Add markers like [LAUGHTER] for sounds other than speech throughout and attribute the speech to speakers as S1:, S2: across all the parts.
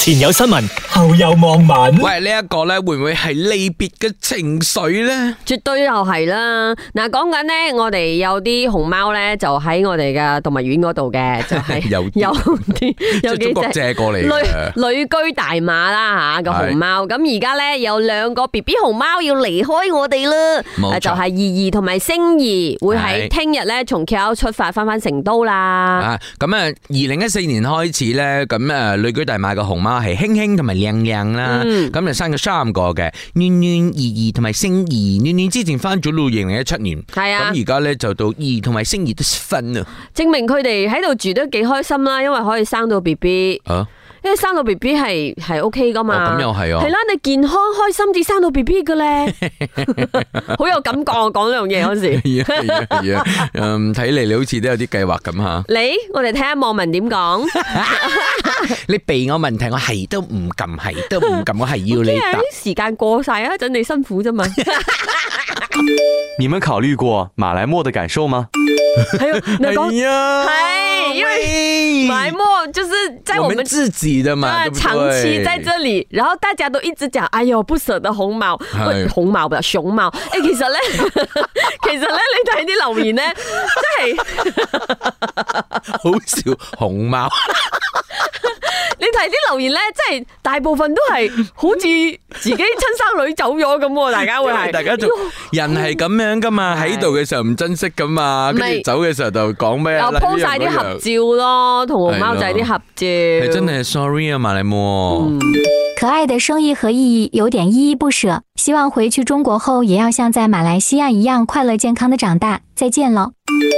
S1: 前有新聞，後有網民。
S2: 喂，呢一個咧會唔會係離別嘅情緒咧？
S3: 絕對又係啦。嗱，講緊咧，我哋有啲熊貓咧，就喺我哋嘅動物園嗰
S2: [LAUGHS]
S3: 度嘅，就係
S2: 有啲
S3: [LAUGHS] 有啲
S2: [LAUGHS]
S3: 有
S2: 即係中
S3: 幾
S2: 國
S3: 隻
S2: 借過嚟嘅。
S3: 旅旅居大馬啦吓個
S2: 係
S3: 熊貓。咁而家咧有兩個 B B 熊貓要離開我哋啦，啊
S2: 冇錯
S3: 就係怡怡同埋星兒會
S2: 係
S3: 喺聽日咧從 K L 出發翻翻成都啦。
S2: 啊，咁啊，二零一四年開始咧，咁啊，旅居大馬嘅熊貓係興興同埋靚靚啦，
S3: 嗯
S2: 咁就生咗三個嘅，暖暖、怡怡同埋星兒。暖暖之前翻咗到二零一七年，
S3: 係啊
S2: 咁而家咧就到怡怡同埋星兒都分啦， [LAUGHS]
S3: 證明佢哋喺度住得幾開心啦，因為可以生到 B B，
S2: 啊，
S3: 因為生到 B B 係係 O K 噶
S2: 哦，
S3: 嘛。
S2: 咁又係啊
S3: 係。啦，你健康開心至生到 B B
S2: [LAUGHS]
S3: 嘅咧，好有感覺啊！講呢樣嘢嗰時，
S2: 係啊係啊係啊，嗯，睇嚟你好似都有啲計劃咁吓。
S3: 你我哋睇下網民點講。
S2: 你避我問題，我係都唔撳，係都唔撳，我係要
S3: 因
S2: 你
S3: 為
S2: 答。
S3: 哎啲時間過晒啊，一陣你辛苦啫嘛。
S4: 你们考虑过马来貘的感受吗？
S2: [LAUGHS]
S3: 係啊，你講
S2: 哎呀
S3: 係哎因
S2: 为
S3: 埋沒，就是在我
S2: 我
S3: 們
S2: 们。自己的嘛，
S3: 啊，
S2: 对不
S3: 长期在这里，然後大家都一直講，哎呦不捨得
S2: [LAUGHS]
S3: 紅毛，
S2: 係
S3: 喂紅毛不熊貓。誒、其實咧， [LAUGHS] 其實咧，你睇啲留言咧，真係
S2: [LAUGHS] 好笑熊貓，
S3: 你睇啲留言咧，真係大部分都係好似自己親生女走咗咁喎，大家會 [LAUGHS] 係哎
S2: 大家仲人係咁樣噶嘛，
S3: 係
S2: 喺度嘅時候唔珍惜噶嘛，
S3: 嗯唔係
S2: 跟住走嘅時候就講咩
S3: 又
S2: 啦，
S3: po 晒啲合照咯，同熊貓仔啲合照，
S2: 係
S3: 係
S2: 真係 sorry 啊嘛，你冇。
S3: 嗯
S5: 可爱的生意和意义有点依依不舍，希望回去中国后也要像在马来西亚一样快乐健康的长大。再见喽。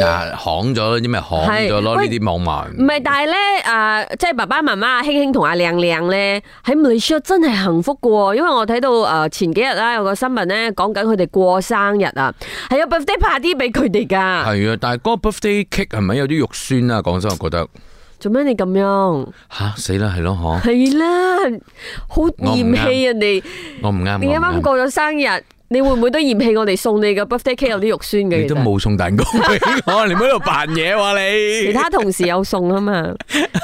S2: 嗱，行咗，因為行咗咯，呢
S3: 係
S2: 啲網
S3: 唔
S2: 民。
S3: 係，但係咧，啊，即係爸爸媽媽啊，興興同阿靚靚咧，喺 Malaysia 真係幸福嘅喎，因為我睇到啊前幾日啦，有個新聞咧講緊佢哋過生日啊，係有 birthday party 俾佢哋㗎。
S2: 係啊，但係嗰個 birthday cake 係咪有啲肉酸啊？講真，我覺得
S3: 做咩你咁樣？
S2: 吓死啦，係咯，嗬，
S3: 係啦，好嫌棄人哋。
S2: 我唔啱。
S3: 你啱
S2: 我唔
S3: 啱
S2: 啱
S3: 過咗生日，你會唔會都嫌棄我哋送你嘅 birthday cake 有啲肉酸嘅？
S2: 你都
S3: 其實
S2: 冇送蛋糕俾我，你喺度扮嘢喎你。
S3: 其他同事有送
S2: [LAUGHS]
S3: 啊嘛，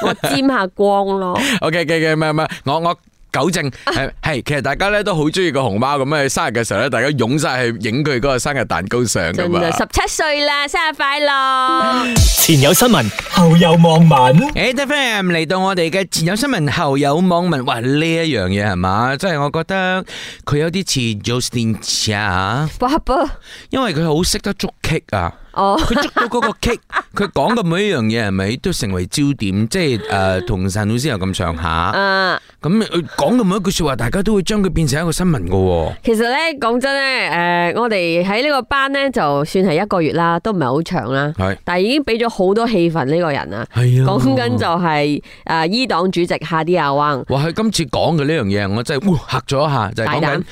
S3: 我沾下光咯。
S2: O K K
S3: [LAUGHS]
S2: K，唔係唔係，我我。糾正係係，其實大家咧都好中意個熊貓咁樣，生日嘅時候咧，大家湧晒去影佢嗰個生日蛋糕相噶
S3: 真
S2: 嘛。
S3: 係十七歲啦，生
S2: [LAUGHS]
S3: 日快樂！
S1: 前有新聞，後有網民。
S2: 誒，F M 嚟到我哋嘅前有新聞，後有網民，哇！呢一樣嘢係嘛，即係我覺得佢有啲似 Justin Chia，
S3: 爸爸，
S2: 因為佢好識得捉 kick
S3: [LAUGHS]
S2: 啊。
S3: 哦。
S2: 佢捉到嗰個 kick，佢講嘅每一樣嘢係咪都成為焦點？即係誒，同陳老師有咁上下。
S3: 啊，
S2: 咁佢講嘅每一句说話，大家都會將佢變成一個新聞嘅喎。
S3: 其實咧講真咧，诶、我哋喺呢個班咧，就算係一個月啦，都唔係好長啦，
S2: 係
S3: 但系已經俾咗好多氣氛呢個人啊。
S2: 係
S3: 講緊就係诶伊黨主席夏啲亞旺，
S2: 哇！佢今次講嘅呢樣嘢，我真係哇嚇咗一下，就係講
S3: 大
S2: 緊
S3: 膽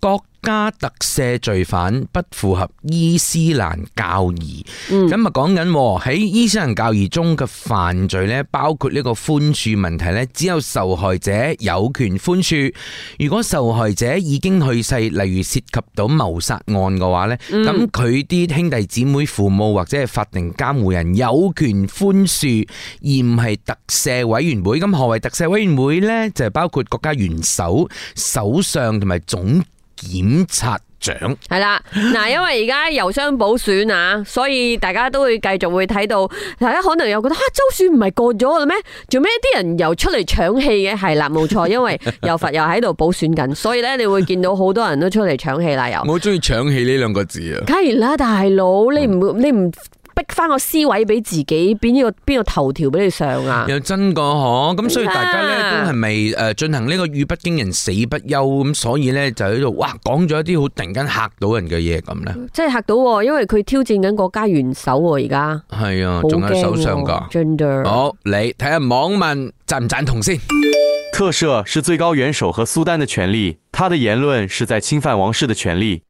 S2: 國家特赦罪犯不符合伊斯蘭教義。
S3: 嗯
S2: 咁啊講緊喎喺伊斯蘭教義中嘅犯罪咧，包括呢個寬恕問題咧，只有受害者有權寬恕。如果受害者已經去世，例如涉及到謀殺案嘅話咧，咁佢啲兄弟姊妹、父母或者係法定監護人有權寬恕。而唔係特赦委員會。咁何謂特赦委員會呢？就係包括國家元首、首相同埋總檢察長。[GASPS]
S3: 係啦，嗱，因為而家郵箱補選啊，所以大家都會繼續會睇到，大家可能又覺得吓、州選唔係過咗啦咩？做咩啲人又出嚟搶戲嘅？係啦，冇錯，因為又佛又喺度補選緊，所以咧你會見到好多人都出嚟搶戲啦，又。
S2: 我中意搶戲呢兩個字啊！
S3: 梗係啦，大佬，你唔
S2: 嗯
S3: 你唔逼翻個思維俾自己，邊呢個邊個頭條俾你上啊？
S2: 又真個嗬，咁所以大家
S3: 真㗎
S2: 呢都係咪誒進行呢個語不驚人死不休咁，所以呢，就喺度哇講咗一啲好突然間嚇到人嘅嘢咁呢。
S3: 真係嚇到喎，因為佢挑戰緊國家元首喎，而家
S2: 係啊
S3: 好，
S2: 仲
S3: 驚
S2: 有
S3: 喎嗯
S2: 首相㗎。哦
S3: 真的。
S2: 好，你睇下網民贊唔贊同先。
S4: 特赦是最高元首和苏丹的权利，他的言论是在侵犯王室的权利。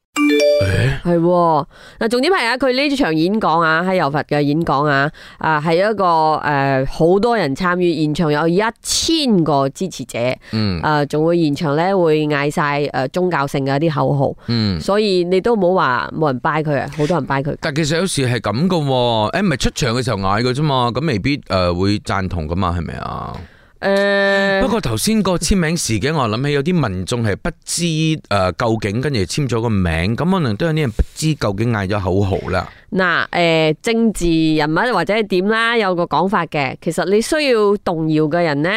S3: 係喎，嗱，重點係啊，佢呢場演講啊，喺柔佛嘅演講啊，啊係一個誒好、多人參與，現場有一千個支持者，
S2: 嗯
S3: 啊仲會現場咧會嗌晒誒宗教性嘅一啲口號，
S2: 嗯。
S3: 所以你都唔好話冇人拜佢啊，好多人拜佢。
S2: 但其實有時係咁噶，誒唔係出場嘅時候嗌嘅啫嘛，咁未必誒、呃、會贊同噶嘛，係咪啊？
S3: 诶
S2: 不，過頭先個簽名事件，我諗起有啲民眾係不知诶、呃究竟，跟住簽咗個名，咁可能都有啲人不知究竟嗌咗口號啦。
S3: 嗱，诶，政治人物或者係點啦，有個講法嘅。其實你需要動搖嘅人呢，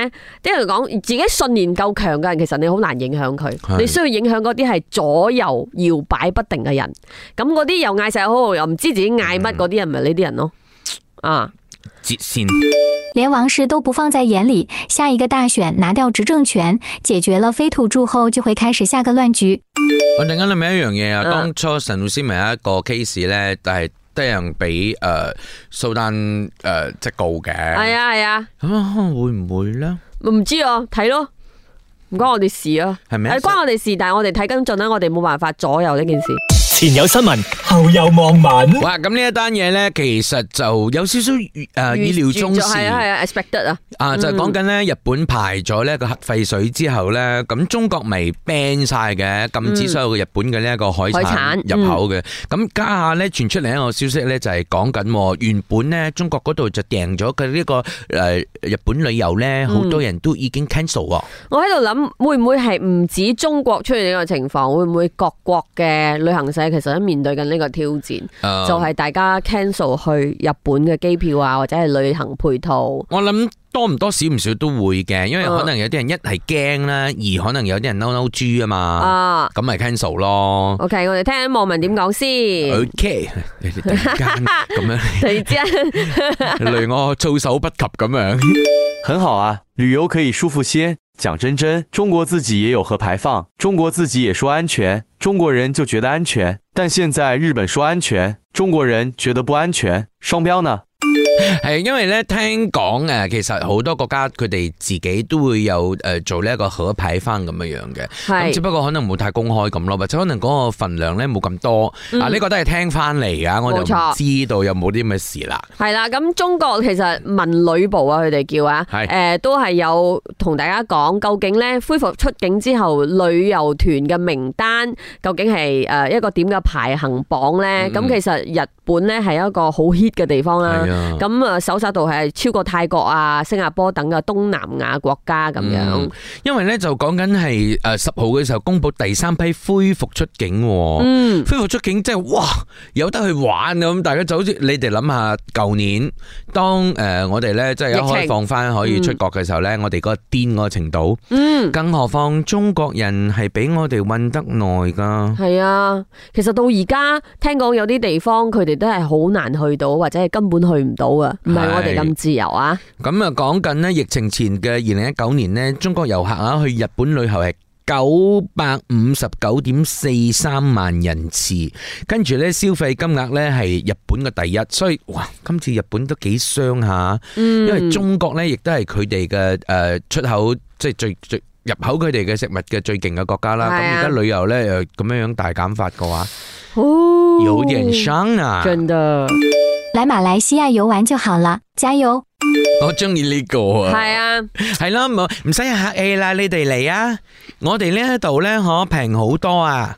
S3: 啲人講自己信念夠強嘅人，其實你好難影響佢。
S2: 係
S3: 你需要影響嗰啲係左右搖擺不定嘅人。咁嗰啲又嗌晒口號，又唔知自己嗌乜嗰啲人，咪呢啲人咯。啊，
S2: 截線
S5: 连王室都不放在眼里，下一个大选拿掉执政权，解决了非土著后，就会开始下个乱局。
S2: 我突然間諗起一樣嘢啊，
S3: 嗯
S2: 當初神老師咪有一個 case 咧，但係得人俾诶呃蘇丹诶即係告嘅。
S3: 係啊係啊，
S2: 咁啊，會唔會咧？
S3: 唔知啊，睇咯，唔關我哋事啊。
S2: 係咪啊
S3: 係？關我哋事，但係我哋睇跟進啦，我哋冇辦法左右呢件事。
S1: 前有新聞，後有網民。
S2: 哇！咁呢一單嘢咧，其實就有少少诶意料中事。
S3: 係啊係啊，expected 啊。
S2: 啊，就係
S3: 嗯
S2: 講緊咧，日本排咗呢個核廢水之後咧，咁中國咪 ban 晒嘅，禁止所有嘅日本嘅呢一個海
S3: 海
S2: 產
S3: 產
S2: 入口嘅。咁家下咧傳出嚟一個消息咧，就係講緊喎原本咧中國嗰度就訂咗佢呢個誒日本旅遊咧，好多人都已經 cancel 喎。
S3: 我喺度諗，會唔會係唔止中國出現呢個情況？會唔會各國嘅旅行社其實都面對緊呢個挑戰？
S2: 誒
S3: 就係大家 cancel 去日本嘅機票啊，或者係旅行配套。
S2: 我諗多唔多少唔少都會嘅，因為
S3: 嗯
S2: 可能有啲人一係驚啦，二可能有啲人嬲嬲豬啊嘛，
S3: 啊
S2: 咁咪 cancel 咯。
S3: ，OK，我哋聽下網民點講先。
S2: OK，你哋突然間咁樣。
S3: 突然之間，
S2: 累我措手不及咁样。
S4: 很好啊，旅游可以舒服些。讲真真，中国自己也有核排放，中国自己也说安全，中国人就觉得安全。但现在日本说安全，中国人觉得不安全，双标呢？
S2: [LAUGHS] 系因为咧，听讲诶，其实好多国家佢哋自己都会有诶、呃做呢一个可牌翻咁样样嘅，咁只
S3: 係
S2: 不过可能冇太公开咁咯，或者可能嗰个份量咧冇咁多。
S3: 嗯
S2: 啊，呢、個个都系听翻嚟噶，我就
S3: 冇錯
S2: 唔知道有冇啲咩事啦。
S3: 係啦，咁中國其實文旅部啊，佢哋叫啊，
S2: 係
S3: 誒都係有同大家講，究竟咧恢復出境之後旅遊團嘅名單究竟係誒一個點嘅排行榜咧？
S2: 嗯
S3: 咁其實日本咧係一個好 hit 嘅地方啦
S2: 係。啊
S3: 咁啊，搜索度係超過泰國啊、新加坡等嘅東南亞國家咁樣
S2: 嗯。因为咧就讲紧系诶十号嘅时候公布第三批恢复出境喎。
S3: 嗯，
S2: 恢復出境即係哇，有得去玩咁，大家就好似你哋諗下，舊年當诶、呃我哋咧即係一
S3: 疫情
S2: 開放翻可以出國嘅時候咧，我哋嗰個癲嗰個程度，
S3: 嗯，
S2: 更何況中國人係比我哋混得耐噶。
S3: 係啊。其實到而家聽講有啲地方佢哋都係好難去到，或者係根本去唔到啊，唔係我哋
S2: 係
S3: 咁自由啊。
S2: 咁啊，講緊呢疫情前嘅二零一九年呢，中國遊客啊去日本旅遊係九百五十九点四三萬人次，跟住呢消費金額呢係日本嘅第一，所以哇，今次日本都幾傷下。
S3: 嗯，
S2: 因為中國咧亦都係佢哋嘅诶出口，即係最最入口佢哋嘅食物嘅最勁嘅國家啦。咁
S3: 係啊
S2: 而家旅遊咧又咁樣樣大減法嘅話，
S3: 哦
S2: 有點傷啊！
S3: 真的
S5: 来马来西亚游玩就好了，加油！
S2: 我中意呢個
S3: 係
S2: 啊，
S3: 啊，
S2: 係啦，冇唔使客氣啦，你哋嚟啊！我哋呢一度咧可平好多啊！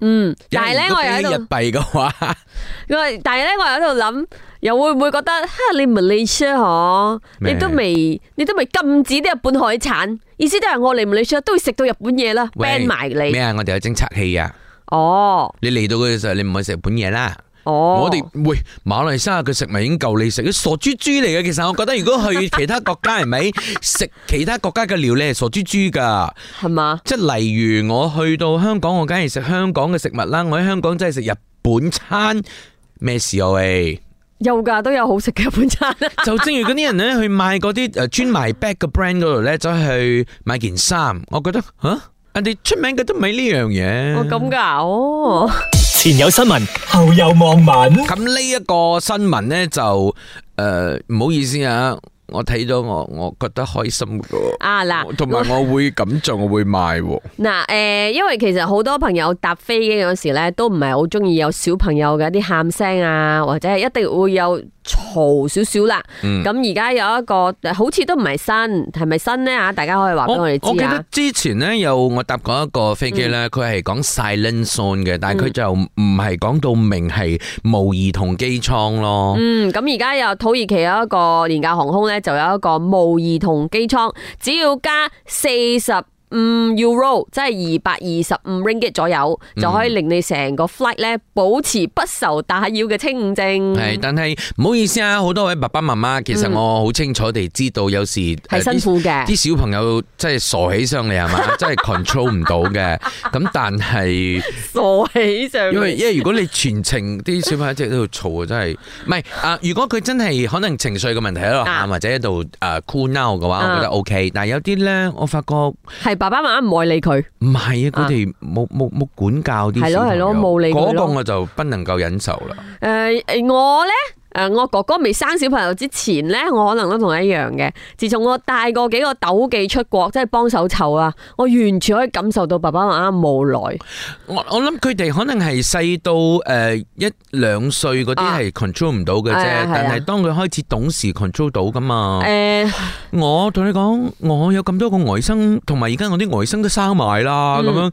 S3: 嗯，但係咧我又喺
S2: 有
S3: 度，
S2: 人如果俾日幣嘅話，
S3: 我但係咧我又喺度諗，又會唔會覺得哈你唔 a l a y s i a 嗬，
S2: 咩
S3: 你都未你都未禁止啲日本海產，意思都係我嚟 m a l a y s i a 都會食到日本嘢啦
S2: 喂
S3: ，ban 埋你
S2: 咩。啊？我哋有偵察器啊！
S3: 哦
S2: 你嚟到嘅時候，你唔可以食日本嘢啦。
S3: 哦，
S2: 我哋喂馬來西亞嘅食物已經夠你食，傻豬豬嚟嘅。其實我覺得如果去其他國家係咪 [LAUGHS] 食其他國家嘅料，你係傻豬豬噶。
S3: 系嘛？
S2: 即係例如我去到香港，我梗係食香港嘅食物啦。我喺香港真係食日本餐。咩事啊喂？
S3: 有噶，都有好食嘅日
S2: [LAUGHS]
S3: 本餐。
S2: 就正如嗰啲人咧去買嗰啲诶专賣 bag 嘅 brand 嗰度咧，走去買件衫，我覺得吓人哋出名嘅都唔係呢樣嘢。
S3: 哦，咁噶，哦，
S1: 前有新聞，後有網民。
S2: 咁呢一個新聞呢，就诶唔、好意思啊，我睇咗我我覺得開心噶，
S3: 啊嗱，
S2: 同埋我會咁做，我會賣喎。
S3: 嗱，诶、因為其實好多朋友搭飛機嗰時咧，都唔係好中意有小朋友嘅一啲喊聲啊，或者係一定會有嘈少少啦。
S2: 嗯
S3: 咁而家有一個好似都唔係新，係咪新咧吓？大家可以話俾
S2: 我
S3: 我
S2: 我
S3: 哋
S2: 記
S3: 知
S2: 得
S3: 啊。嗯
S2: 之前呢，有我搭過一個飛機呢，佢係講 silent zone 嘅，但係佢就唔係講到明係無兒童機艙咯。
S3: 嗯，咁而家有土耳其有一個廉價航空咧，咧就有一個無兒童機艙，只要加四十。五 euro 即係二百二十五 ringgit 左右，就可以令你成個 flight 咧保持不受打擾嘅清靜。
S2: 系，但係唔好意思啊，好多位爸爸媽媽，其實我好清楚地知道，有時
S3: 嗯係
S2: 呃
S3: 辛苦
S2: 啲
S3: 嘅
S2: 啲小朋友真係傻起上嚟係嘛，真係 control 唔到嘅。咁但係
S3: 傻起上嚟，
S2: 因為因為如果你全程啲小朋友一直喺度嘈啊，真係唔係啊！如果佢真係可能情緒嘅問題喺度
S3: 啊
S2: 喊或者喺度誒 cool now 嘅話，
S3: 啊
S2: 我覺得 OK。但係有啲咧，我發覺唔
S3: 係爸爸媽媽唔愛理佢，
S2: 係啊，佢哋冇冇冇管教啲
S3: 係
S2: 小
S3: 咯
S2: 朋
S3: 係
S2: 友，
S3: 咯冇理佢咯
S2: 嗰個我就不能夠忍受啦。
S3: 诶、誒我咧。誒，我哥哥未生小朋友之前咧，我可能都同佢一樣嘅。自從我帶過幾個鬥記出國，即係幫手湊啊，我完全可以感受到爸爸媽媽無奈。
S2: 我我谂佢哋可能係細到诶一兩歲嗰啲
S3: 啊
S2: 係 control 唔到嘅啫
S3: 係啊係啊，哎
S2: 但係當佢開始懂事 control 到噶嘛。
S3: 誒、
S2: 我同你講，我有咁多個外甥，同埋而家我啲外甥都生埋啦，咁、樣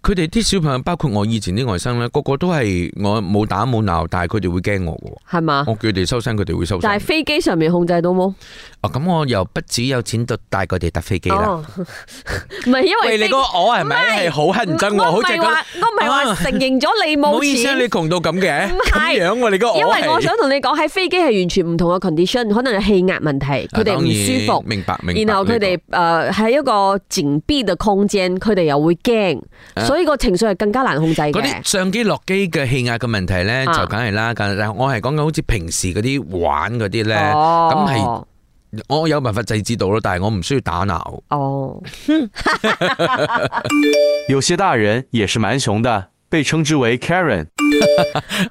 S2: 佢哋啲小朋友，包括我以前啲外甥咧，個個都係我冇打冇鬧，但係佢哋會驚我嘅喎。
S3: 係嘛？
S2: 我叫佢哋收聲，佢哋會收聲。
S3: 但係飛機上面控制到冇？
S2: 啊，咁我又不止有錢到帶佢哋搭飛機啦。 [LAUGHS]
S3: 哦，唔係因為
S2: 喂，你
S3: 飛
S2: 嗰個我係
S3: 唔係
S2: 咪係好乞人憎我？
S3: 我
S2: 好
S3: 唔
S2: 似
S3: 係
S2: 覺得
S3: 話，我唔係話
S2: 啊
S3: 承認咗你
S2: 唔好意
S3: 冇
S2: 思啊，
S3: 錢
S2: 你。窮到咁嘅，
S3: 唔
S2: 咁
S3: 係
S2: 樣喎，你嗰個
S3: 因為
S2: 係
S3: 我想同你講，喺飛機係完全唔同嘅 condition，可能係氣壓問題，佢哋唔舒
S2: 啊當然
S3: 服。
S2: 明白明白。
S3: 然後佢哋誒喺一個緊閉嘅空間，佢哋又會驚，
S2: 啊
S3: 所以個情緒係更加難控制
S2: 嗰
S3: 嘅。
S2: 啲上機落機嘅氣壓嘅問題咧，
S3: 啊
S2: 就梗係啦。但係我係講緊好似平時嗰啲玩嗰啲咧，
S3: 哦，
S2: 咁係我有辦法制止到咯，但係我唔需要打鬧。 [LAUGHS]
S3: 哦，
S4: 有些大人也是蛮熊的，被称之为 Karen。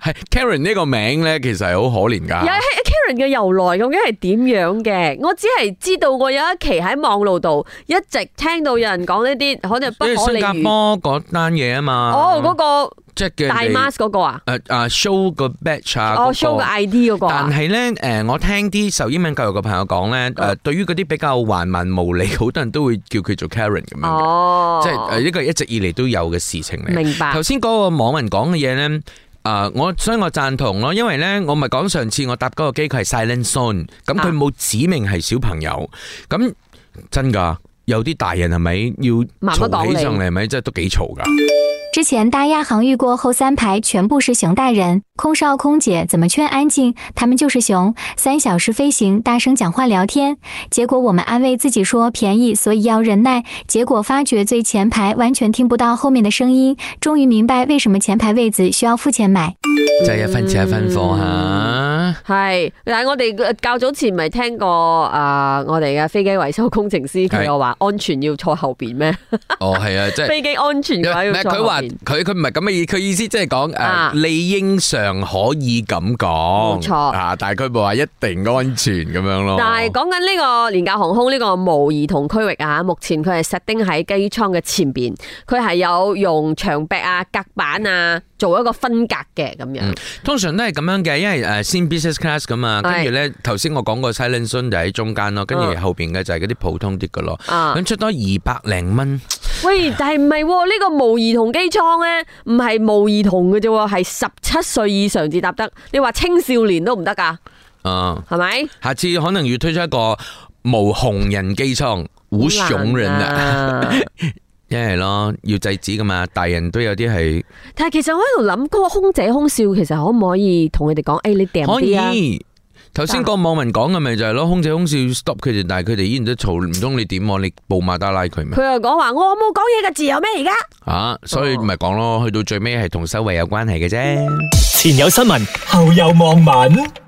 S2: 係 Karen 呢個名咧，其實係好可憐
S3: 有
S2: 㗎。
S3: 喺 Karen 嘅由來究竟係點樣嘅？我只係知道我有一期喺網路度一直聽到有人講呢啲可能不
S2: 因為
S3: 可
S2: 新
S3: 理
S2: 加
S3: 喻。
S2: 坡嗰單嘢啊嘛，
S3: 哦，嗰個
S2: 即係
S3: 大 mask 嗰個啊，
S2: 誒誒 show 個 batch 啊，
S3: 哦
S2: 嗰個
S3: show 個 ID 嗰個
S2: 但
S3: 啊，
S2: 係咧，诶、我聽啲受英文教育嘅朋友講咧，诶、
S3: 哦
S2: 對於嗰啲比較橫蠻無理，好多人都會叫佢做 Karen 咁樣嘅，
S3: 哦，
S2: 即係诶哎呃呢個一直以嚟都有嘅事情嚟。
S3: 明白
S2: 頭先嗰個網民講嘅嘢咧。啊、我所以我贊同咯，因為咧，我咪講上次我搭嗰個機佢係 silent zone，咁
S3: 啊
S2: 佢冇指明係小朋友，咁真㗎，有啲大人係咪要
S3: 慢慢講
S2: 嘈
S3: 你
S2: 起上嚟，係咪真係都幾嘈㗎？
S5: 之前搭亚航遇过后三排全部是熊大人，空少空姐怎么劝安静，他们就是熊。三小时飞行，大声讲话聊天，结果我们安慰自己说便宜，所以要忍耐。结果发觉最前排完全听不到后面的声音，终于明白为什么前排位子需要付钱买。
S2: 就係一分錢一分啊貨嚇。
S3: 係，但係我哋呃較早前咪聽過啊、我哋嘅飛機維修工程師佢又話安全要坐後邊咩？
S2: 哦，係啊，即 [LAUGHS]
S3: [LAUGHS]
S2: 係。
S3: 飛機安全嘅話
S2: 唔
S3: 要
S2: 係
S3: 坐
S2: 佢
S3: 後
S2: 話
S3: 邊。
S2: 佢佢唔係咁嘅意，佢意思即係講
S3: 啊
S2: 誒理應上可以咁講，冇
S3: 錯
S2: 啊，但係佢冇話一定安全咁樣咯。
S3: 但係講緊呢個廉價航空呢個無兒童區域啊，目前佢係實釘喺機艙嘅前邊，佢係有用牆壁啊、隔板啊做一個分隔嘅咁樣。
S2: 通常都係咁樣嘅，因為誒先 business class 咁啊，
S3: 係
S2: 跟住咧頭先我講過 silent zone 就喺中間咯，跟住
S3: 嗯
S2: 後邊嘅就係嗰啲普通啲嘅咯。
S3: 啊
S2: 咁出多二百零蚊，
S3: 喂，但係唔係喎？呢、個無兒童機艙咧，唔係無兒童嘅啫喎，係十七歲以上至搭得。你話青少年都唔得㗎，
S2: 啊，
S3: 係咪？
S2: 下次可能要推出一個無紅人機艙，無熊人啊，
S3: 啊！
S2: 因為咯要制止噶嘛，大人都有啲係。
S3: 但係其實我喺度諗，嗰個空姐空少其實可唔可以同佢哋講？誒、你掟
S2: 可
S3: 啲啊！
S2: 以。頭先個網民講嘅咪就係咯，空姐空少 stop 佢哋，但係佢哋依然都嘈，唔通你點我？你報馬打拉佢咩？
S3: 佢又講話我冇講嘢嘅自由咩？而家
S2: 啊，所以咪講咯，去到最尾係同收圍有關係嘅啫。
S1: 前有新聞，後有網民。